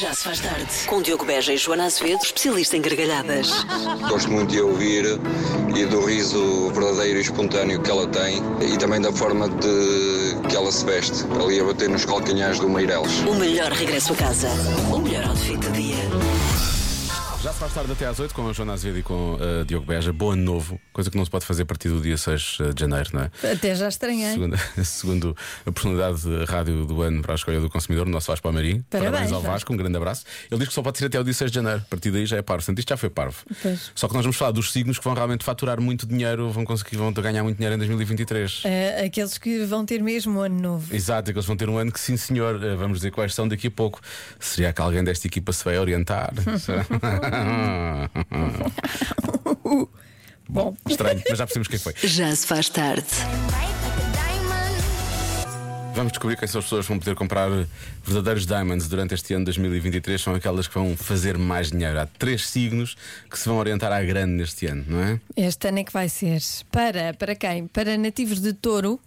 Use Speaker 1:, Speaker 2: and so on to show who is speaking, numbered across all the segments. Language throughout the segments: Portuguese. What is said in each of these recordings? Speaker 1: Já se faz tarde. Com Diogo Beja e Joana Azevedo, especialista em gargalhadas.
Speaker 2: Gosto muito de a ouvir e do riso verdadeiro e espontâneo que ela tem e também da forma de que ela se veste, ali a bater nos calcanhares do Meireles.
Speaker 1: O melhor regresso a casa. O melhor outfit do dia.
Speaker 3: Já se faz tarde até às 8 com a Joana Azevedo e com eh, Diogo Beja. Bom ano novo, coisa que não se pode fazer a partir do dia 6 de janeiro, não é?
Speaker 4: Até já estranhei.
Speaker 3: Segundo, segundo a personalidade de rádio do ano para a escolha do consumidor, o nosso Vasco Palmeirim.
Speaker 4: Parabéns,
Speaker 3: ao
Speaker 4: Vasco.
Speaker 3: Vasco, um grande abraço. Ele diz que só pode ser até o dia 6 de janeiro, a partir daí já é parvo. Portanto, isto já foi parvo.
Speaker 4: Pois.
Speaker 3: Só que nós vamos falar dos signos que vão realmente faturar muito dinheiro, vão conseguir, vão ganhar muito dinheiro em 2023.
Speaker 4: Ah, aqueles que vão ter mesmo ano novo.
Speaker 3: Exato, é que eles vão ter um ano que, sim senhor, eh, vamos dizer quais são daqui a pouco. Será que alguém desta equipa se vai orientar?
Speaker 4: Bom,
Speaker 3: Estranho, mas já percebemos quem foi.
Speaker 1: Já se faz tarde.
Speaker 3: Vamos descobrir quem são as pessoas que vão poder comprar verdadeiros diamonds durante este ano de 2023. São aquelas que vão fazer mais dinheiro. Há três signos que se vão orientar à grande neste ano, não é?
Speaker 4: este ano é que vai ser. Para, para quem? Para nativos de touro.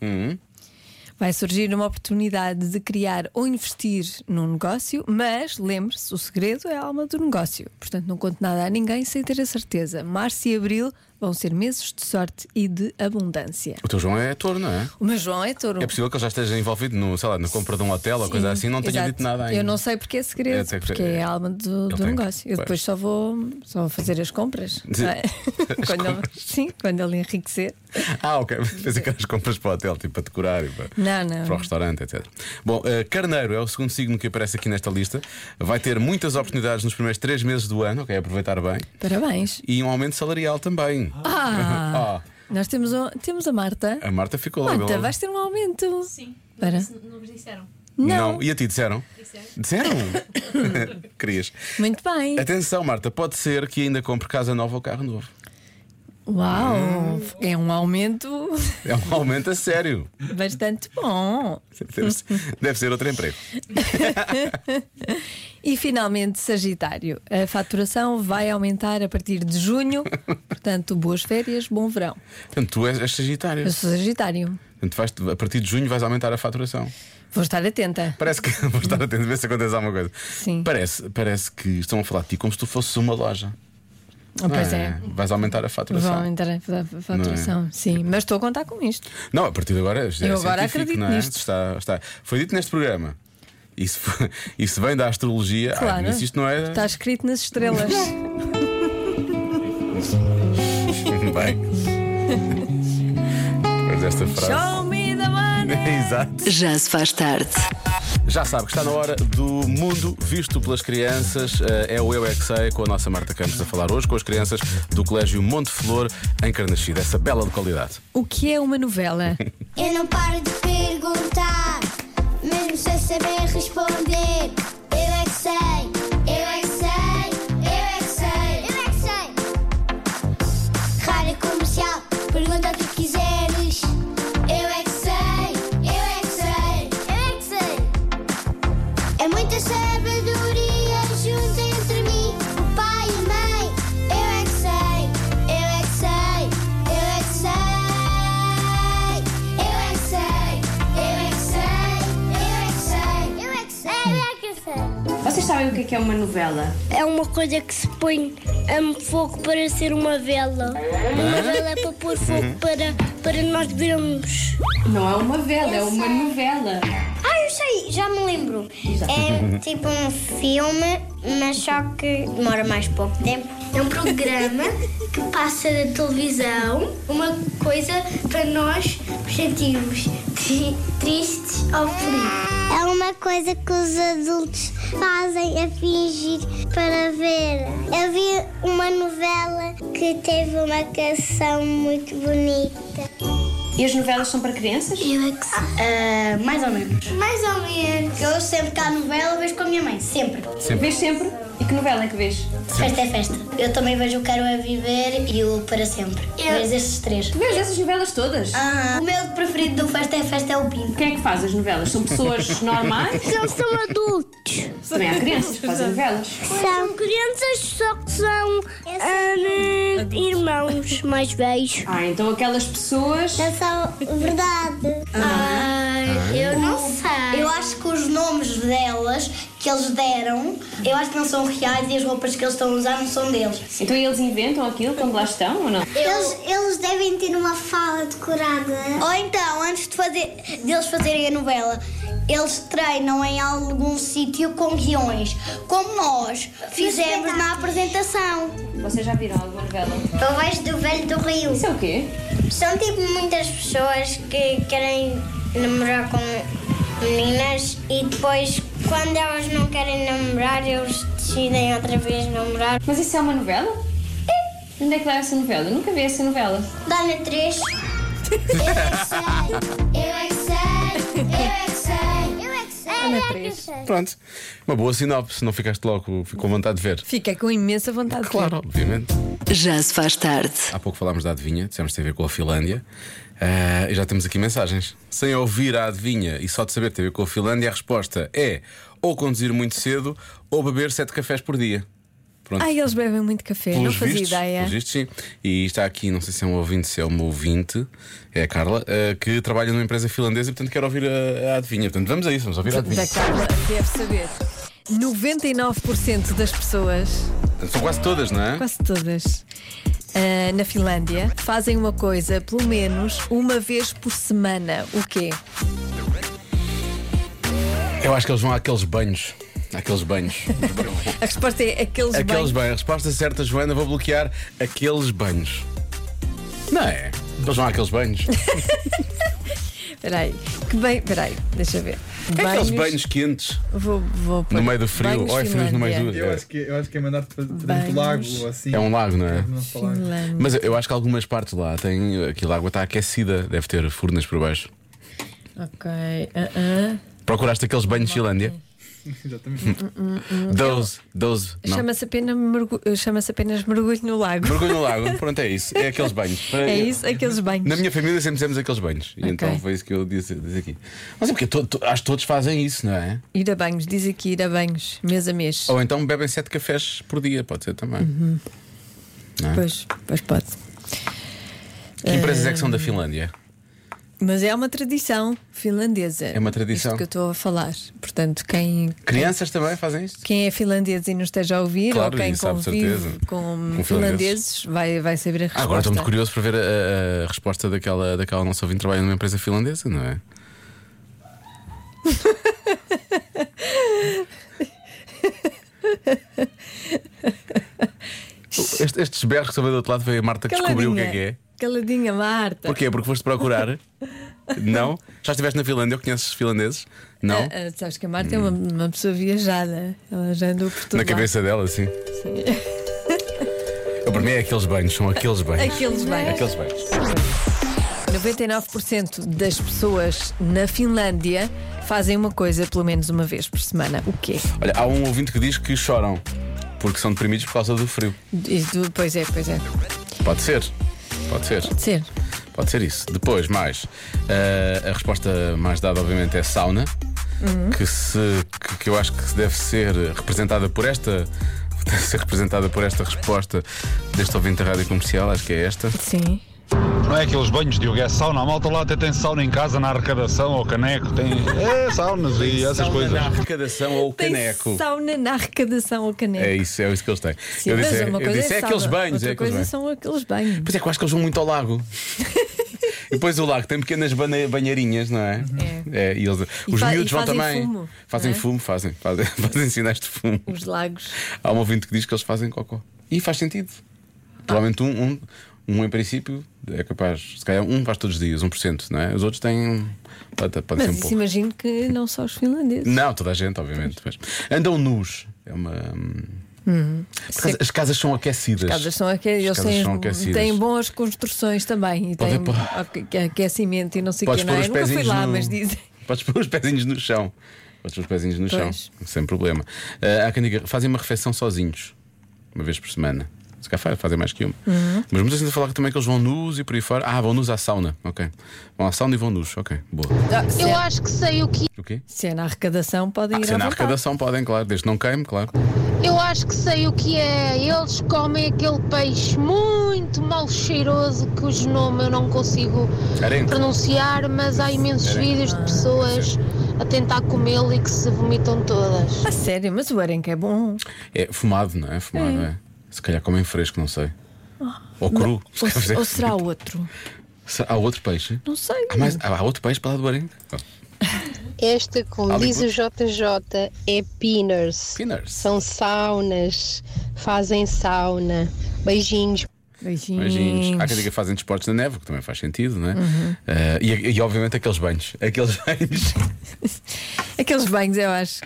Speaker 4: Vai surgir uma oportunidade de criar ou investir num negócio, mas lembre-se, o segredo é a alma do negócio. Portanto, não conte nada a ninguém sem ter a certeza. Março e abril vão ser meses de sorte e de abundância.
Speaker 3: O teu João é ator, não é?
Speaker 4: O meu João é touro.
Speaker 3: É possível que ele já esteja envolvido no, sei lá, na compra de um hotel ou coisa
Speaker 4: Sim,
Speaker 3: assim, não tenha
Speaker 4: exato.
Speaker 3: dito nada ainda.
Speaker 4: Eu não sei porque é
Speaker 3: É,
Speaker 4: segredo,
Speaker 3: tem que ser-
Speaker 4: porque é a alma do, do
Speaker 3: tem que-
Speaker 4: negócio. Eu
Speaker 3: pois.
Speaker 4: depois só vou, só vou fazer as compras.
Speaker 3: Sim.
Speaker 4: não é?
Speaker 3: As
Speaker 4: quando ele- sim, quando ele enriquecer.
Speaker 3: Ah, ok. Fez aquelas compras para o hotel, tipo para decorar e para,
Speaker 4: Não, não.
Speaker 3: para o restaurante, etc. Bom, eh, Carneiro é o segundo signo que aparece aqui nesta lista. Vai ter muitas oportunidades nos primeiros três meses do ano, ok? Aproveitar bem.
Speaker 4: Parabéns.
Speaker 3: E um aumento salarial também.
Speaker 4: Ah! Nós temos, o- temos a Marta.
Speaker 3: A Marta ficou logo.
Speaker 4: Marta,
Speaker 3: ela-
Speaker 4: vais ter um aumento.
Speaker 5: Sim, não
Speaker 4: Para.
Speaker 5: disse- não vos disseram.
Speaker 3: Não.
Speaker 4: Não.
Speaker 3: E a ti disseram? Disseram? Querias.
Speaker 4: Muito bem.
Speaker 3: Atenção, Marta, pode ser que ainda compre casa nova ou carro novo.
Speaker 4: Uau! É um aumento
Speaker 3: É um aumento a sério.
Speaker 4: bastante bom.
Speaker 3: Deve ser, deve ser outro emprego.
Speaker 4: E finalmente, Sagitário. A faturação vai aumentar a partir de junho. Portanto, boas férias, bom verão.
Speaker 3: Portanto, tu és, és sagitário.
Speaker 4: Eu sou Sagitário.
Speaker 3: Portanto, vais- a partir de junho vais aumentar a faturação.
Speaker 4: Vou estar atenta.
Speaker 3: Parece que. Vou estar atento a ver se acontece alguma coisa.
Speaker 4: Sim.
Speaker 3: Parece, parece que estão a falar de ti como se tu fosses uma loja. não
Speaker 4: pois é.
Speaker 3: Vais aumentar a
Speaker 4: Vão
Speaker 3: Ah, faturação.
Speaker 4: aumentar a fa- fa- faturação,
Speaker 3: Não é?
Speaker 4: sim, mas estou a contar com isto.
Speaker 3: Não, a partir de agora. é
Speaker 4: Eu
Speaker 3: científico,
Speaker 4: agora acredito
Speaker 3: não é?
Speaker 4: nisto.
Speaker 3: Está, está. Foi dito neste programa. Isso, foi- isso vem da astrologia. Ai,
Speaker 4: Claro.
Speaker 3: mas isto não é.
Speaker 4: Está escrito nas estrelas.
Speaker 3: Bem. Depois desta frase.
Speaker 4: Show me the money!
Speaker 3: Exato.
Speaker 1: Já se faz tarde.
Speaker 3: Já sabe que está na hora do mundo visto pelas crianças. Eh, É o Eu é que Sei, com a nossa Marta Campos a falar hoje com as crianças do Colégio Monte Flor, em Carnachida. Essa bela localidade.
Speaker 4: O que é uma novela?
Speaker 6: Eu não paro de perguntar, mesmo sem saber responder. Eu é que sei, eu é que sei, eu é que sei, eu é que sei. Rádio comercial, pergunta o que quiseres. Eu é que sei, eu é que sei, eu é que sei. É muita sabedoria junto entre mim, o pai e a mãe. Eu é que sei, eu é que sei, eu é que sei. Eu é que sei, eu é que sei, eu é que sei, eu é que sei.
Speaker 7: Vocês sabem o que é que é uma novela?
Speaker 6: É uma coisa que se põe a fogo para ser uma vela. Uma vela é para pôr fogo para, para nós vermos.
Speaker 7: Não é uma vela, é uma novela.
Speaker 6: Ah, eu sei, já me lembro. É tipo um filme, mas só que demora mais pouco tempo. É um programa que passa na televisão uma coisa para nós sentirmos tri- tristes ou felizes. É uma coisa que os adultos fazem a fingir para ver. Eu vi uma novela que teve uma canção muito bonita.
Speaker 7: E as novelas são para crianças? Ah,
Speaker 6: Eu é que mais ou menos. Mais ou menos. Eu sempre que há novela vejo com a minha mãe, sempre.
Speaker 7: Vês sempre? E que novela é que vês?
Speaker 6: Festa é festa. Eu também vejo o Quero é Viver e o Para Sempre. Eu... Vejo estes três.
Speaker 7: Vês essas novelas todas?
Speaker 6: O meu preferido do Festa é Festa é o Pinto.
Speaker 7: Ah, Quem é que faz as novelas? São pessoas normais?
Speaker 6: Eles são adultos.
Speaker 7: Também há crianças que fazem novelas.
Speaker 6: São crianças, só que são ah, irmãos mais velhos.
Speaker 7: Ah, então aquelas pessoas.
Speaker 6: É só verdade. Ai, eu não sei. Eu acho que os nomes delas que eles deram, eu acho que não são reais e as roupas que eles estão a usar não são deles.
Speaker 7: Então eles inventam aquilo quando lá estão ou não?
Speaker 6: Eles, eles devem ter uma fala decorada. Ou então, antes de fazer, deles fazerem a novela, eles treinam em algum sítio com guiões, como nós fizemos na apresentação.
Speaker 7: Vocês já viram alguma novela?
Speaker 6: Povões do Velho do Rio.
Speaker 7: Isso é o quê?
Speaker 6: São tipo muitas pessoas que querem namorar com meninas e depois, quando elas não querem namorar, eles decidem outra vez namorar.
Speaker 7: Mas isso é uma novela? Onde é que dá essa novela? Eu nunca vi essa novela.
Speaker 6: Dá na 3. é Eu é que sei, eu é que sei, eu é que sei, eu é que sei, eu é que sei.
Speaker 3: Pronto. Uma boa sinopse, não ficaste logo fico com vontade de ver.
Speaker 4: Fica com imensa vontade de
Speaker 3: Claro, obviamente.
Speaker 1: Já se faz tarde.
Speaker 3: Há pouco falámos da adivinha, dissemos que tem a ver com a Finlândia. Ah, e já temos aqui mensagens. Sem ouvir a adivinha e só de saber que tem a ver com a Finlândia, a resposta é ou conduzir muito cedo ou beber sete cafés por dia. Pronto.
Speaker 4: Ai, eles bebem muito café, não fazia ideia.
Speaker 3: pelos vistos, sim. E está aqui, não sei se é um ouvinte, se é uma ouvinte, é a Carla, ah, que trabalha numa empresa finlandesa e, portanto, quer ouvir a, a adivinha. Portanto, vamos a isso, vamos ouvir a adivinha.
Speaker 4: Da Carla, deve saber. 99% das pessoas
Speaker 3: São quase todas, não é?
Speaker 4: Quase todas. Ah, na Finlândia fazem uma coisa pelo menos uma vez por semana. O quê?
Speaker 3: Eu acho que eles vão àqueles banhos. Àqueles banhos.
Speaker 4: A resposta é aqueles,
Speaker 3: Aqueles
Speaker 4: banhos.
Speaker 3: banhos. A resposta certa, Joana, vou bloquear aqueles banhos. Não é? Eles vão àqueles banhos.
Speaker 4: Peraí, que bem. Peraí, deixa eu ver.
Speaker 3: É Aqueles banhos quentes
Speaker 4: vou, vou pôr
Speaker 3: no meio do frio.
Speaker 4: banhos
Speaker 3: Olha, frios no meio
Speaker 4: Finlândia.
Speaker 3: do.
Speaker 5: Eu
Speaker 3: é.
Speaker 5: acho que, eu acho que é mandar para dentro
Speaker 4: Banhos.
Speaker 5: do lago ou assim.
Speaker 3: É um lago, não é?
Speaker 5: Não falar.
Speaker 4: Finlândia.
Speaker 3: Mas eu- eu acho que algumas partes lá tem. Aquilo a água está aquecida, deve ter furnas por baixo.
Speaker 4: Ok. ah, ah.
Speaker 3: Procuraste aqueles banhos de Finlândia?
Speaker 5: Exatamente.
Speaker 3: 12, 12. Não.
Speaker 4: Chama-se apenas, mergu... chama apenas mergulho no lago.
Speaker 3: Mergulho no lago. Pronto, é isso. É aqueles banhos.
Speaker 4: É isso, aqueles banhos.
Speaker 3: Na minha família sempre fizemos aqueles banhos. E então foi isso que eu disse, disse aqui. Mas é porque to, to- acho que todos fazem isso, não é?
Speaker 4: Ir a banhos, diz aqui ir a banhos, mês a mês.
Speaker 3: Ou então bebem sete cafés por dia, pode ser também.
Speaker 4: Uhum. Pois, pois pode.
Speaker 3: Que empresas é que são da Finlândia?
Speaker 4: Mas é uma tradição finlandesa. É
Speaker 3: uma tradição.
Speaker 4: Isto que eu estou a falar. Portanto, quem,
Speaker 3: Crianças também fazem isto?
Speaker 4: quem é finlandês e não esteja a ouvir,
Speaker 3: Claro,
Speaker 4: ou quem
Speaker 3: e sabe certeza.
Speaker 4: convive com,
Speaker 3: Com finlandeses.
Speaker 4: finlandeses, vai, vai saber a resposta.
Speaker 3: Ah, agora estou muito curioso para ver a, a resposta daquela, daquela nossa ouvinte que trabalha numa empresa finlandesa, não é? Este- estes berros que estão a ver do outro lado foi a Marta que descobriu o que é que é.
Speaker 4: Caladinha, Marta.
Speaker 3: Porquê? Porque foste procurar? não? Já estiveste na Finlândia ou conheces finlandeses? Não? Hum.
Speaker 4: Ah, ah, sabes que a Marta é uma, uma pessoa viajada. Ela já andou por todo
Speaker 3: Na
Speaker 4: lado.
Speaker 3: cabeça dela, sim.
Speaker 4: Sim.
Speaker 3: Eu, para mim é aqueles banhos, são aqueles banhos.
Speaker 4: Aqueles banhos.
Speaker 3: Aqueles banhos.
Speaker 4: 99% das pessoas na Finlândia fazem uma coisa pelo menos uma vez por semana. O quê?
Speaker 3: Olha, há um ouvinte que diz que choram porque são deprimidos por causa do frio.
Speaker 4: E do- Pois é, pois é.
Speaker 3: Pode ser. Pode ser.
Speaker 4: Pode ser.
Speaker 3: Pode ser isso. Depois, mais. ah, a resposta mais dada, obviamente, é sauna,
Speaker 4: Uhum.
Speaker 3: que, se, que, que eu acho que deve ser representada por esta. Deve ser representada por esta resposta deste ouvinte da rádio comercial, acho que é esta.
Speaker 4: Sim.
Speaker 8: Não é aqueles banhos, Diogo, é sauna. A malta lá até tem sauna em casa, na arrecadação ou caneco. Tem é, saunas e essas coisas.
Speaker 3: na arrecadação ou
Speaker 4: Tem
Speaker 3: caneco.
Speaker 4: sauna na arrecadação ao caneco.
Speaker 3: É isso, é isso que eles têm.
Speaker 4: Sim,
Speaker 3: eu
Speaker 4: mas
Speaker 3: disse, é-
Speaker 4: uma
Speaker 3: eu
Speaker 4: coisa
Speaker 3: disse, é
Speaker 4: sauna,
Speaker 3: aqueles banhos,
Speaker 4: outra
Speaker 3: é aqueles
Speaker 4: coisa
Speaker 3: banhos.
Speaker 4: são aqueles banhos.
Speaker 3: Pois é, que eu acho que eles vão muito ao lago. e depois o lago tem pequenas bane- banheirinhas, não é? É. e eles, os
Speaker 4: fa- e
Speaker 3: miúdos vão
Speaker 4: fazem
Speaker 3: também.
Speaker 4: fumo,
Speaker 3: fazem
Speaker 4: não é?
Speaker 3: fumo, fazem, fazem, fazem sinais de fumo.
Speaker 4: Os lagos.
Speaker 3: Há um ouvinte que diz que eles fazem cocó. E faz sentido. Provavelmente um, um, um, em princípio, é capaz. Se calhar um faz todos os dias, 1%, não é? Os outros têm. Pode, pode ser
Speaker 4: Mas
Speaker 3: um
Speaker 4: isso
Speaker 3: pouco.
Speaker 4: imagino que não só os finlandeses.
Speaker 3: Não, toda a gente, obviamente. mas- Andam nus. É uma. hum, Por acaso, As casas são aquecidas.
Speaker 4: As casas são
Speaker 3: As
Speaker 4: aquecidas, eles
Speaker 3: casas
Speaker 4: têm,
Speaker 3: são aquecidas.
Speaker 4: têm boas construções também e
Speaker 3: Podem
Speaker 4: têm
Speaker 3: pôr-
Speaker 4: aque- aquecimento e não sei o
Speaker 3: Podes
Speaker 4: que, não
Speaker 3: pôr
Speaker 4: é?
Speaker 3: os
Speaker 4: Eu Nunca fui
Speaker 3: pezinhos
Speaker 4: lá,
Speaker 3: no-
Speaker 4: mas dizem.
Speaker 3: Podes pôr os pezinhos no chão. Podes pôr os pezinhos no
Speaker 4: Pois.
Speaker 3: chão, sem problema. Ah, há quem diga, fazem uma refeição sozinhos, uma vez por semana. Se calhar fa- fazem mais que uma.
Speaker 4: Uhum.
Speaker 3: Mas muitas vezes falar também é que eles vão nus e por aí fora. Ah, vão nus à sauna, ok. Vão à sauna e vão nus, ok. Boa.
Speaker 4: Ah, se,
Speaker 9: Eu
Speaker 4: é,
Speaker 9: acho que sei o que
Speaker 3: O quê?
Speaker 4: se é na arrecadação, podem
Speaker 3: Ah,
Speaker 4: ir
Speaker 3: se é
Speaker 4: à
Speaker 3: na
Speaker 4: vontade.
Speaker 3: arrecadação podem, claro, desde que não queime, claro.
Speaker 9: eu acho que sei o que é. Eles comem aquele peixe muito mal cheiroso cujo nome eu não consigo
Speaker 3: Arenque.
Speaker 9: pronunciar, mas há imensos
Speaker 3: Arenque.
Speaker 9: vídeos de pessoas a tentar comê-lo e que se vomitam todas.
Speaker 4: A sério, mas o arenque é bom.
Speaker 3: É fumado, não é? Fumado, é. Se calhar comem fresco, não sei. Ou cru. se
Speaker 4: Ou,
Speaker 3: calhar
Speaker 4: se-
Speaker 3: é
Speaker 4: Ah,
Speaker 3: cru.
Speaker 4: ou será outro?
Speaker 3: Se- Há outro peixe?
Speaker 4: Não sei.
Speaker 3: Há, mais- há outro peixe para lá do arenque? Oh,
Speaker 10: Esta, como
Speaker 3: Ali-
Speaker 10: diz o JJ, é pinners.
Speaker 3: Pinners.
Speaker 10: São saunas, fazem sauna. Beijinhos.
Speaker 4: Beijinhos.
Speaker 3: Beijinhos. é Há quem diga que fazem desportos na neve, o que também faz sentido, não é?
Speaker 4: Uhum.
Speaker 3: Eh, e, e, obviamente aqueles banhos. Aqueles banhos.
Speaker 4: Aqueles banhos, eu acho.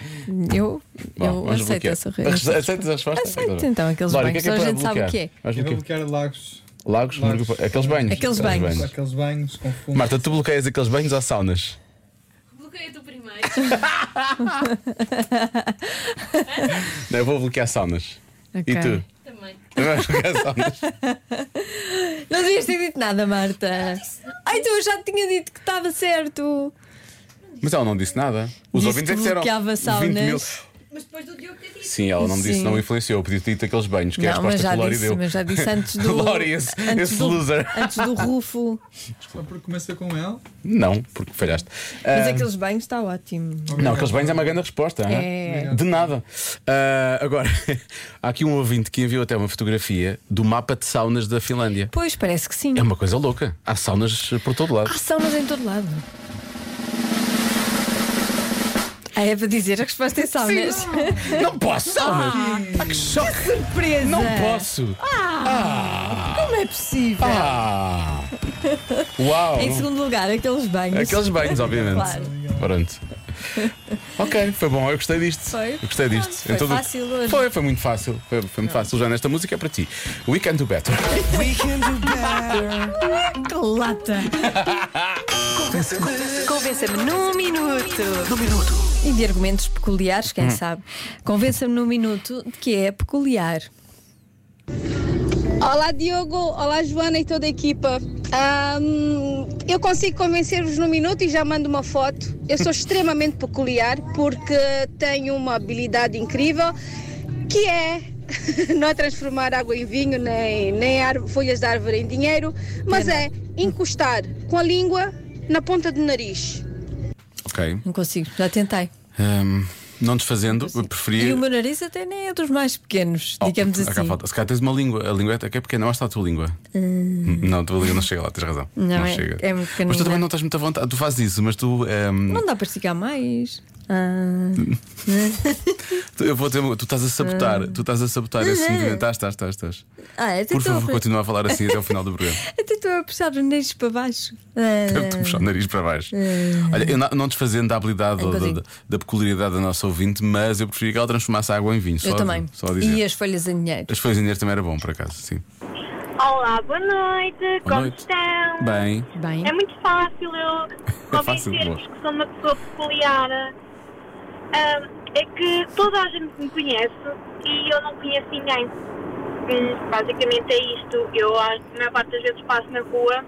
Speaker 4: Eu,
Speaker 3: Bom,
Speaker 4: eu
Speaker 3: vamos
Speaker 4: aceito
Speaker 3: bloquear.
Speaker 4: essa resposta.
Speaker 3: Aceitas a resposta?
Speaker 4: Aceito, então, aqueles
Speaker 3: Lória,
Speaker 4: banhos,
Speaker 3: que é que é
Speaker 4: só a
Speaker 3: para
Speaker 4: gente sabe o que é.
Speaker 3: bloquear? Vais
Speaker 5: Eu vou
Speaker 3: bloquear?
Speaker 5: bloquear lagos,
Speaker 3: Lagos?
Speaker 5: Lagos.
Speaker 3: Aqueles banhos.
Speaker 4: Aqueles banhos.
Speaker 5: aqueles banhos, confundo.
Speaker 3: Marta, tu bloqueias aqueles banhos ou saunas?
Speaker 7: Bloqueia tu primeiro.
Speaker 3: Não, eu vou bloquear saunas.
Speaker 4: Ok.
Speaker 3: E tu?
Speaker 7: Também.
Speaker 3: Também vais bloquear saunas?
Speaker 4: Não devias ter dito nada, Marta. Ai, tu eu já te tinha dito que estava certo.
Speaker 3: Mas ela não disse nada. Os
Speaker 4: Disse
Speaker 3: ouvintes é que
Speaker 4: que
Speaker 3: disseram.
Speaker 4: bloqueava
Speaker 3: 20 mil.
Speaker 4: saunas.
Speaker 7: Mas depois do Diogo ter dito.
Speaker 3: Sim, ela não me disse,
Speaker 4: Sim.
Speaker 3: não influenciou. Eu podia ter dito aqueles banhos, que é a
Speaker 4: não, mas
Speaker 3: resposta
Speaker 4: já
Speaker 3: que o Lori
Speaker 4: disse,
Speaker 3: deu.
Speaker 4: mas já disse antes do.
Speaker 3: Lori, esse-
Speaker 4: antes
Speaker 3: esse
Speaker 4: do,
Speaker 3: loser.
Speaker 4: Antes do rufo.
Speaker 5: Só porque começa com L.
Speaker 3: Não, porque falhaste.
Speaker 4: Mas é
Speaker 3: Ah,
Speaker 4: aqueles banhos está ótimo.
Speaker 3: Não, aqueles bens é uma grande resposta.
Speaker 4: É.
Speaker 3: hã? De nada. Ah, agora, há aqui um ouvinte que enviou até uma fotografia do mapa de saunas da Finlândia.
Speaker 4: Pois, parece que sim.
Speaker 3: É uma coisa louca. Há saunas por todo lado.
Speaker 4: Há saunas em todo lado. Ah, é para dizer a resposta é saunas.
Speaker 3: Não posso! Saunas! Ah, que choque!
Speaker 4: Surpresa!
Speaker 3: Não posso! Ah!
Speaker 4: Como é possível?
Speaker 3: Ah! Uau!
Speaker 4: Em segundo lugar, aqueles banhos.
Speaker 3: Aqueles banhos, obviamente.
Speaker 4: Claro.
Speaker 3: Pronto. Ok, foi bom, eu gostei disto.
Speaker 4: Foi.
Speaker 3: Eu gostei disto.
Speaker 4: Pronto, foi
Speaker 3: Em todo-
Speaker 4: fácil hoje.
Speaker 3: Foi, foi muito fácil. Foi, foi muito fácil. Já nesta música é para ti. We can do better.
Speaker 4: Que lata! Convença-me num minuto. Num minuto. E de argumentos peculiares,
Speaker 3: Hum.
Speaker 4: quem sabe? Convença-me num minuto de que é peculiar.
Speaker 10: Olá, Diogo. Olá, Joana e toda a equipa. Ahm, eu consigo convencer-vos num minuto e já mando uma foto. Eu sou extremamente peculiar porque tenho uma habilidade incrível que é não transformar água em vinho nem, nem ar- folhas de árvore em dinheiro, mas é encostar com a língua na ponta do nariz.
Speaker 3: Ok.
Speaker 4: Não consigo, já tentei.
Speaker 3: Hum, não desfazendo, eu
Speaker 4: E
Speaker 3: preferia.
Speaker 4: o meu nariz até nem é dos mais pequenos,
Speaker 3: Oh,
Speaker 4: digamos
Speaker 3: há cá
Speaker 4: assim. Ah.
Speaker 3: falta. Se calhar tens uma língua, a língua é até que é pequena, mas está a tua língua. Não, a tua língua não chega lá, tens razão.
Speaker 4: Não, é-
Speaker 3: chega.
Speaker 4: é muito
Speaker 3: mas tu
Speaker 4: pequenina.
Speaker 3: também não tens muita vontade, tu fazes isso, mas tu. hum,
Speaker 4: Não dá para esticar mais. Ah,
Speaker 3: tu- eu vou dizer, tu estás a sabotar, tu estás a sabotar
Speaker 4: é.
Speaker 3: esse movimento. Estás, estás, estás, estás.
Speaker 4: ah até
Speaker 3: Por
Speaker 4: estou a-
Speaker 3: favor, continua a falar assim até o final do programa.
Speaker 4: até estou a puxar o nariz para baixo. Ah,
Speaker 3: Estou a puxar o nariz para baixo. Olha, eu não, não desfazendo da habilidade
Speaker 4: É um
Speaker 3: ou da,
Speaker 4: bocadinho.
Speaker 3: da- da peculiaridade da nossa ouvinte, mas eu preferia que ela transformasse a água em vinho.
Speaker 4: eu
Speaker 3: só,
Speaker 4: também.
Speaker 3: Só a dizer.
Speaker 4: E as folhas em dinheiro.
Speaker 3: As folhas de dinheiro também era bom, por acaso, sim.
Speaker 11: Olá, boa noite,
Speaker 3: Boa
Speaker 11: como
Speaker 3: noite.
Speaker 11: estão?
Speaker 3: Bem, é
Speaker 4: Bem,
Speaker 11: É muito fácil eu
Speaker 3: fácil,
Speaker 11: convencer-vos que sou uma pessoa peculiar. Ah, é que toda a gente me conhece e eu não conheço ninguém. Hum, Basicamente é isto. Eu, a maior parte das vezes, passo na rua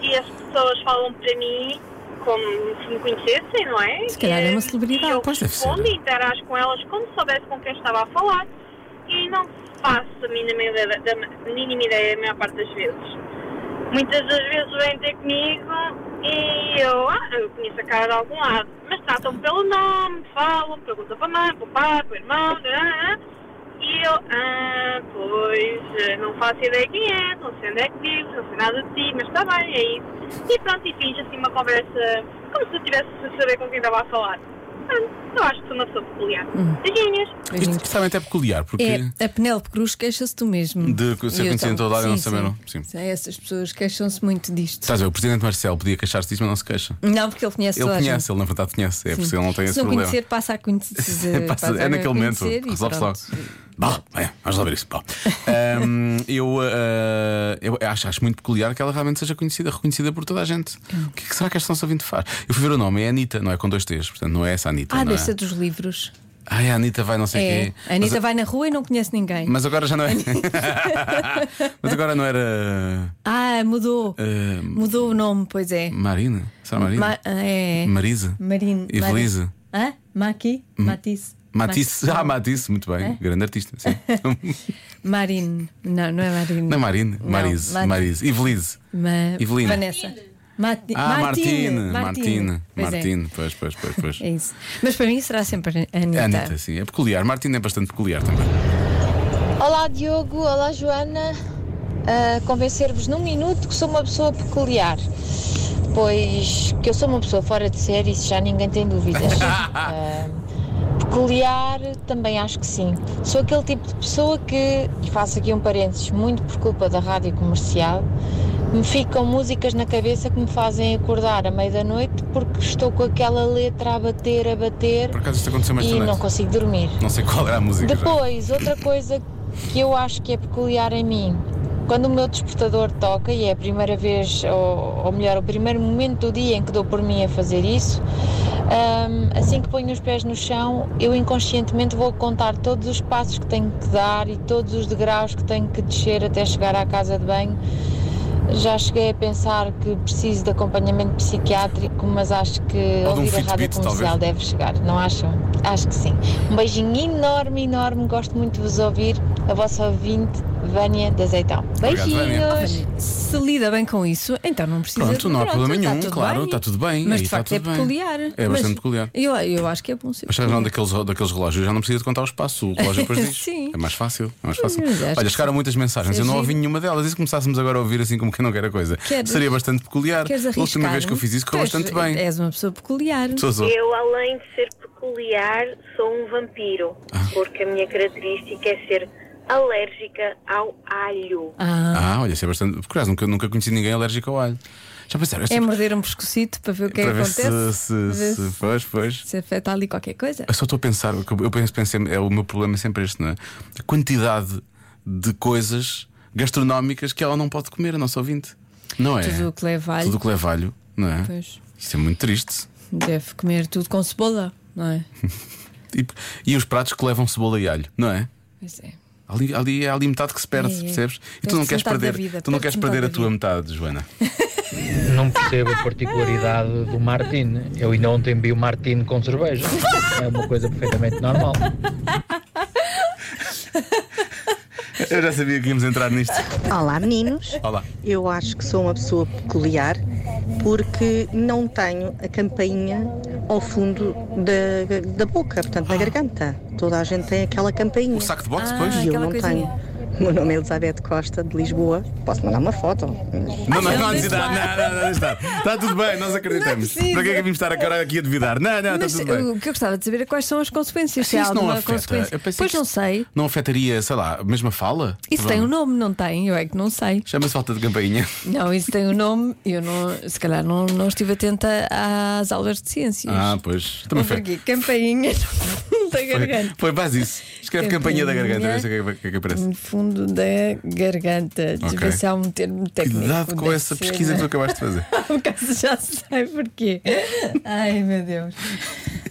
Speaker 11: e as pessoas falam para mim como se me conhecessem, não é?
Speaker 4: Se calhar é uma
Speaker 11: E-
Speaker 4: celebridade.
Speaker 11: E eu
Speaker 3: Pois deve ser.
Speaker 11: respondo e interajo com elas como se soubesse com quem estava a falar e não faço a mínima ideia, da, mínima ideia a maior parte das vezes. Muitas das vezes vêm ter comigo e eu, ah, eu conheço a cara de algum lado, mas tratam-me pelo nome, falam, perguntam para a mãe, para o pai, para o irmão, ah, ah, e eu, ah, pois, eh, não faço ideia quem é, não sei onde é que vives, não sei nada de ti, mas está bem, é isso. E pronto, e fiz assim uma conversa como se eu tivesse a saber com quem estava a falar. Pronto, eu acho que sou uma pessoa peculiar. Beijinhos!
Speaker 3: isto,
Speaker 4: beijinhos.
Speaker 3: isto realmente é peculiar, porque.
Speaker 4: É, a Penélope Cruz queixa-se do mesmo.
Speaker 3: De ser
Speaker 4: E eu
Speaker 3: conhecida em
Speaker 4: também.
Speaker 3: todo lado e não
Speaker 4: Sim,
Speaker 3: saber, não?
Speaker 4: Sim.
Speaker 3: Sim.
Speaker 4: Sim, Essas pessoas queixam-se muito disto.
Speaker 3: Estás a ver, o presidente Marcelo podia queixar-se disso, mas não se queixa.
Speaker 4: Não, porque ele conhece
Speaker 3: Ele
Speaker 4: toda a gente.
Speaker 3: conhece, ele na verdade conhece. É por isso que ele não tem
Speaker 4: Se
Speaker 3: esse
Speaker 4: não
Speaker 3: problema.
Speaker 4: conhecer, passa a conhecer.
Speaker 3: Passa-
Speaker 4: passa
Speaker 3: é
Speaker 4: a
Speaker 3: naquele momento,
Speaker 4: conhecer e
Speaker 3: resolve-se logo.
Speaker 4: pronto.
Speaker 3: Bah, bem, vamos lá ver isso. Bom, ahm, eu ah, eu acho, acho muito peculiar que ela realmente seja conhecida, reconhecida por toda a gente. O que, é que será que esta nossa ouvinte faz? Eu fui ver o nome, é Anitta, não é com dois T's, portanto não é essa Anitta.
Speaker 4: Ah,
Speaker 3: não é?
Speaker 4: deve ser dos livros.
Speaker 3: Ai, a Anitta vai não sei
Speaker 4: É.
Speaker 3: quê.
Speaker 4: A Anitta
Speaker 3: mas,
Speaker 4: vai na rua e não conhece ninguém.
Speaker 3: mas agora já não é. mas agora não era.
Speaker 4: Ah, mudou.
Speaker 3: ah,
Speaker 4: Mudou o nome, pois é.
Speaker 3: Marina? Será Marina?
Speaker 4: Ma- é.
Speaker 3: Marisa?
Speaker 4: Marin.
Speaker 3: Evelise?
Speaker 4: Marin- Hã? Maqui? Matisse?
Speaker 3: Matisse, ah, Matisse, muito bem,
Speaker 4: É?
Speaker 3: grande artista. Sim.
Speaker 4: Marin. Não, não é Marin.
Speaker 3: Não é Marina, Marise,
Speaker 4: Mati-
Speaker 3: Marise, Evelise.
Speaker 4: Ma-
Speaker 3: Evelina.
Speaker 4: Vanessa. Mati-
Speaker 3: Ah, Martine,
Speaker 4: Martine,
Speaker 3: Martine,
Speaker 4: Pois é.
Speaker 3: Martine, pois, pois, pois, pois.
Speaker 4: É isso. Mas para mim será sempre a Anitta.
Speaker 3: Anitta, sim, é peculiar. Martine é bastante peculiar também.
Speaker 12: Olá Diogo, olá Joana. Ah, Convencer-vos num minuto que sou uma pessoa peculiar. Pois que eu sou uma pessoa fora de série, isso já ninguém tem dúvidas. Ah, peculiar também acho que sim. Sou aquele tipo de pessoa que, e faço aqui um parênteses, muito por culpa da rádio comercial, me ficam músicas na cabeça que me fazem acordar à meia da noite porque estou com aquela letra a bater, a bater.
Speaker 3: Por acaso isto aconteceu mais
Speaker 12: e
Speaker 3: também.
Speaker 12: não consigo dormir.
Speaker 3: Não sei qual era a música. já.
Speaker 12: Depois, outra coisa que eu acho que é peculiar em mim, quando o meu despertador toca, e é a primeira vez, ou, ou melhor, o primeiro momento do dia em que dou por mim a fazer isso, hum, assim que ponho os pés no chão, eu inconscientemente vou contar todos os passos que tenho que dar e todos os degraus que tenho que descer até chegar à casa de banho. Já cheguei a pensar que preciso de acompanhamento psiquiátrico, mas acho que
Speaker 3: Ou de um
Speaker 12: ouvir a rádio
Speaker 3: Fitbit,
Speaker 12: comercial
Speaker 3: talvez.
Speaker 12: deve chegar, não acham? Acho que sim. Um beijinho enorme, enorme, gosto muito de vos ouvir. A vossa ouvinte, Vânia da Azeitão. Beijinhos!
Speaker 4: Se lida bem com isso, então não precisa
Speaker 3: Pronto, não há problema
Speaker 4: está
Speaker 3: nenhum,
Speaker 4: tudo
Speaker 3: claro,
Speaker 4: bem.
Speaker 3: está tudo bem,
Speaker 4: Mas
Speaker 3: aí
Speaker 4: de
Speaker 3: está
Speaker 4: facto é
Speaker 3: tudo bem.
Speaker 4: peculiar.
Speaker 3: É
Speaker 4: Mas
Speaker 3: bastante peculiar.
Speaker 4: Eu, eu acho que é bom ser
Speaker 3: Mas sabes, não, daqueles, daqueles relógios já não precisa de contar os passos, o relógio depois diz.
Speaker 4: Sim.
Speaker 3: É mais fácil, é mais fácil.
Speaker 4: Mas acho
Speaker 3: Olha,
Speaker 4: que
Speaker 3: chegaram muitas mensagens, eu não
Speaker 4: Sim.
Speaker 3: ouvi nenhuma delas. E se começássemos agora a ouvir assim como quem não quer a coisa,
Speaker 4: Queres-
Speaker 3: seria bastante peculiar.
Speaker 4: Queres
Speaker 3: a última
Speaker 4: arriscar?
Speaker 3: vez que eu fiz isso correu
Speaker 4: Pois, é,
Speaker 3: bastante bem.
Speaker 4: És uma pessoa peculiar.
Speaker 3: Sou, sou.
Speaker 13: Eu, além de ser peculiar, sou um vampiro, porque a minha característica é ser alérgica ao alho.
Speaker 3: Ah, olha, isso é bastante. Por acaso, nunca, nunca conheci ninguém alérgico ao alho. Já pensaram?
Speaker 4: É morder um pescocito para ver o que é que
Speaker 3: para ver se-
Speaker 4: acontece.
Speaker 3: se-
Speaker 4: Ver
Speaker 3: se- pois, pois.
Speaker 4: se afeta ali qualquer coisa.
Speaker 3: Eu só estou a pensar, o que eu penso, pensei, é o meu problema é sempre este, não é? A quantidade de coisas gastronómicas que ela não pode comer, a nossa ouvinte. Não é?
Speaker 4: Tudo o que leva alho.
Speaker 3: Tudo o que leva alho, não é?
Speaker 4: Pois.
Speaker 3: Isso é muito triste.
Speaker 4: Deve comer tudo com cebola, não é?
Speaker 3: E, e os pratos que levam cebola e alho, não é?
Speaker 4: Pois é.
Speaker 3: Ali, ali é ali metade que se perde,
Speaker 4: É, é.
Speaker 3: percebes? E tu
Speaker 4: Perde-se
Speaker 3: não queres
Speaker 4: metade da
Speaker 3: perder,
Speaker 4: vida,
Speaker 3: tu não
Speaker 4: perde-se
Speaker 3: queres
Speaker 4: metade
Speaker 3: perder a
Speaker 4: da
Speaker 3: tua metade, Joana.
Speaker 14: Não percebo a particularidade do Martin. Eu ainda ontem vi o Martin com cerveja. É uma coisa perfeitamente normal.
Speaker 3: Eu já sabia que íamos entrar nisto.
Speaker 15: Olá, meninos.
Speaker 3: Olá.
Speaker 15: Eu acho que sou uma pessoa peculiar porque não tenho a campainha ao fundo da, da boca, portanto, na garganta. Toda a gente tem aquela campainha. O
Speaker 3: saco de boxe,
Speaker 15: boxe,
Speaker 3: Ah, pois. Ah,
Speaker 15: E eu
Speaker 3: aquela
Speaker 15: não
Speaker 3: coisinha.
Speaker 15: tenho. O meu nome é Elizabeth Costa, de Lisboa. Posso mandar uma foto?
Speaker 3: Não, não, não há necessidade, não, não, não, não está. Está tudo bem, nós acreditamos.
Speaker 4: Não é preciso.
Speaker 3: Para que é que vimos estar agora aqui a duvidar? Não, não, está
Speaker 4: Mas
Speaker 3: tá tudo bem.
Speaker 4: o que eu gostava de saber é quais são as consequências.
Speaker 3: Sim,
Speaker 4: Se há
Speaker 3: isso não
Speaker 4: alguma
Speaker 3: afeta.
Speaker 4: consequência.
Speaker 3: Eu pensei
Speaker 4: Pois
Speaker 3: que
Speaker 4: não
Speaker 3: isto-
Speaker 4: sei.
Speaker 3: Não afetaria, sei lá, a mesma fala?
Speaker 4: Isso tem um nome, não tem? Eu é que não sei.
Speaker 3: Chama-se falta de campainha.
Speaker 4: Não, isso tem um nome. Eu não, se calhar não, não estive atenta às aulas de ciências.
Speaker 3: Ah, pois. Também
Speaker 4: Ouve
Speaker 3: foi.
Speaker 4: aqui, campainha da
Speaker 3: Foi,
Speaker 4: garganta.
Speaker 3: foi quase isso. Escreve campainha da garganta,
Speaker 4: Campainha.
Speaker 3: veja o que é que- o que é que aparece.
Speaker 4: No fundo da garganta. Deixa eu
Speaker 3: Ok.
Speaker 4: ver se há um termo técnico.
Speaker 3: Cuidado com
Speaker 4: Deve
Speaker 3: essa
Speaker 4: ser,
Speaker 3: pesquisa que tu
Speaker 4: não é?
Speaker 3: acabaste de fazer.
Speaker 4: Por acaso já sei porquê. Ai meu Deus.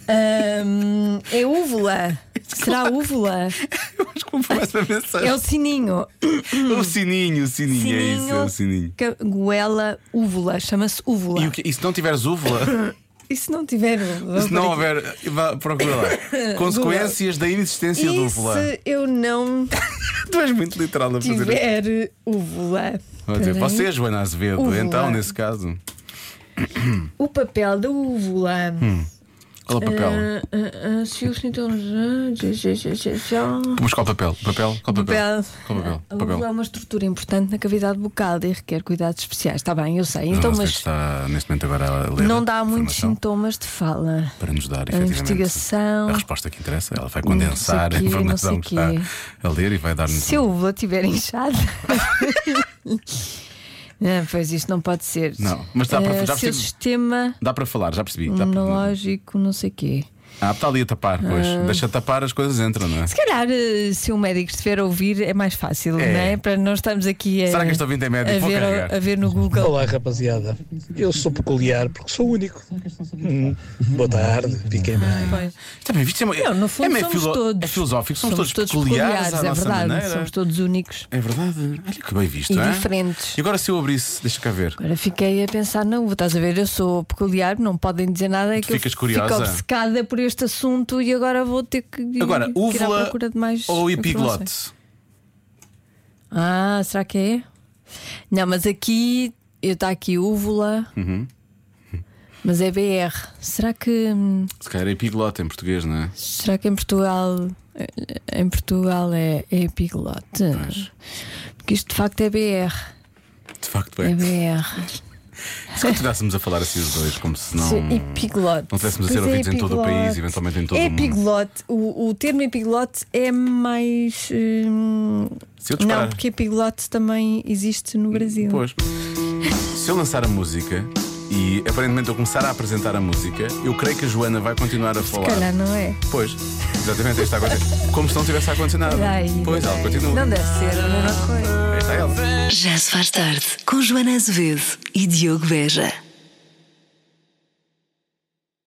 Speaker 4: Ahm, é úvula. Será úvula? É o sininho.
Speaker 3: O sininho, o sininho, é isso, é o sininho.
Speaker 4: ca- Goela úvula. Chama-se
Speaker 3: E,
Speaker 4: úvula.
Speaker 3: o que- e se não tiveres úvula,
Speaker 4: E se não tiver úvula?
Speaker 3: se não houver, vá, procura lá. Consequências da inexistência de
Speaker 4: E
Speaker 3: úvula.
Speaker 4: se eu não
Speaker 3: Tu és muito literal a fazer isso.
Speaker 4: tiver úvula?
Speaker 3: Vou dizer,
Speaker 4: Espera aí.
Speaker 3: Você, Joana Azevedo,
Speaker 4: Úvula.
Speaker 3: então, nesse caso.
Speaker 4: O papel da úvula.
Speaker 3: Hum. Olha o papel.
Speaker 4: Ah, ah, ah, se os sintomas. ah, já, já, já, já, já.
Speaker 3: Mas qual é papel? Papel? Qual papel?
Speaker 4: Papel.
Speaker 3: Qual papel?
Speaker 4: A
Speaker 3: Papel.
Speaker 4: úvula é uma estrutura importante na cavidade bucal e requer cuidados especiais. Está bem, eu sei. Então,
Speaker 3: Não sei se
Speaker 4: mas
Speaker 3: está neste momento agora a ler
Speaker 4: não dá muitos
Speaker 3: informação
Speaker 4: sintomas de fala.
Speaker 3: para nos dar
Speaker 4: A
Speaker 3: efetivamente
Speaker 4: investigação.
Speaker 3: a resposta que interessa. Ela vai
Speaker 4: Não sei
Speaker 3: condensar
Speaker 4: quê,
Speaker 3: a
Speaker 4: não
Speaker 3: informação
Speaker 4: sei
Speaker 3: que está
Speaker 4: quê.
Speaker 3: a ler e vai dar-nos.
Speaker 4: Se a úvula estiver inchada. Ah, pois isto não pode ser.
Speaker 3: Não, mas dá para-
Speaker 4: Ah,
Speaker 3: já
Speaker 4: Se o
Speaker 3: percebi.
Speaker 4: sistema
Speaker 3: Dá para falar, já percebi. Dá para...
Speaker 4: imunológico, não sei o quê.
Speaker 3: Ah, está ali a tapar, pois.
Speaker 4: Ah.
Speaker 3: Deixa tapar, as coisas entram, não é?
Speaker 4: Se calhar, eh, se um médico estiver a ouvir, é mais fácil,
Speaker 3: É.
Speaker 4: não é? Para não estarmos aqui a.
Speaker 3: Será que este ouvinte é médico?
Speaker 4: A
Speaker 3: Vou
Speaker 4: ver,
Speaker 3: carregar.
Speaker 4: a ver no Google.
Speaker 16: Olá, rapaziada. Eu sou peculiar porque sou único. Hum, Boa tarde, fiquem bem.
Speaker 3: Também, viste, é, uma-
Speaker 4: Não, no
Speaker 3: é
Speaker 4: fundo,
Speaker 3: meio
Speaker 4: somos
Speaker 3: filo-
Speaker 4: todos.
Speaker 3: é filosófico, somos, todos peculiares, à
Speaker 4: é
Speaker 3: nossa
Speaker 4: verdade.
Speaker 3: maneira.
Speaker 4: Somos todos únicos.
Speaker 3: É verdade. Olha que bem visto,
Speaker 4: E
Speaker 3: não é?
Speaker 4: diferentes.
Speaker 3: E agora se eu abrisse, deixa cá ver.
Speaker 4: Agora fiquei a pensar, não, estás a ver, eu sou peculiar, não podem dizer nada. É que eu
Speaker 3: ficas curiosa?
Speaker 4: Fico obcecada por este assunto e agora vou ter que ir-
Speaker 3: Agora,
Speaker 4: ir à
Speaker 3: úvula
Speaker 4: procura de mais
Speaker 3: ou
Speaker 4: informações.
Speaker 3: epiglote?
Speaker 4: Ah, será que é? Não, mas aqui Eu está aqui úvula,
Speaker 3: Uhum.
Speaker 4: mas é BR. Será que. hum,
Speaker 3: Se calhar é epiglote em português, não é?
Speaker 4: Será que em Portugal. Em Portugal é, é epiglote? Porque isto de facto é BR.
Speaker 3: De facto
Speaker 4: É
Speaker 3: é.
Speaker 4: BR. É
Speaker 3: Se continuássemos a falar assim os dois, como se não.
Speaker 4: Sim, epiglote.
Speaker 3: Não tivéssemos a ser
Speaker 4: Pois é,
Speaker 3: ouvidos em todo o
Speaker 4: epiglote.
Speaker 3: país, eventualmente em todo
Speaker 4: é
Speaker 3: o mundo.
Speaker 4: epiglote. O, o termo epiglote é mais. hum,
Speaker 3: Se eu É disparar-
Speaker 4: não, porque epiglote também existe no Brasil.
Speaker 3: Pois. Se eu lançar a música e aparentemente eu começar a apresentar a música, eu creio que a Joana vai continuar a
Speaker 4: Se
Speaker 3: falar.
Speaker 4: calhar não é.
Speaker 3: Pois, exatamente, é isto está a acontecer. Como se não tivesse acontecido nada.
Speaker 4: Daí,
Speaker 3: pois, ela
Speaker 4: daí.
Speaker 3: continua.
Speaker 4: Não deve ser a mesma coisa.
Speaker 3: Aí está ela.
Speaker 1: Já se faz tarde com Joana Azevedo e Diogo Beja.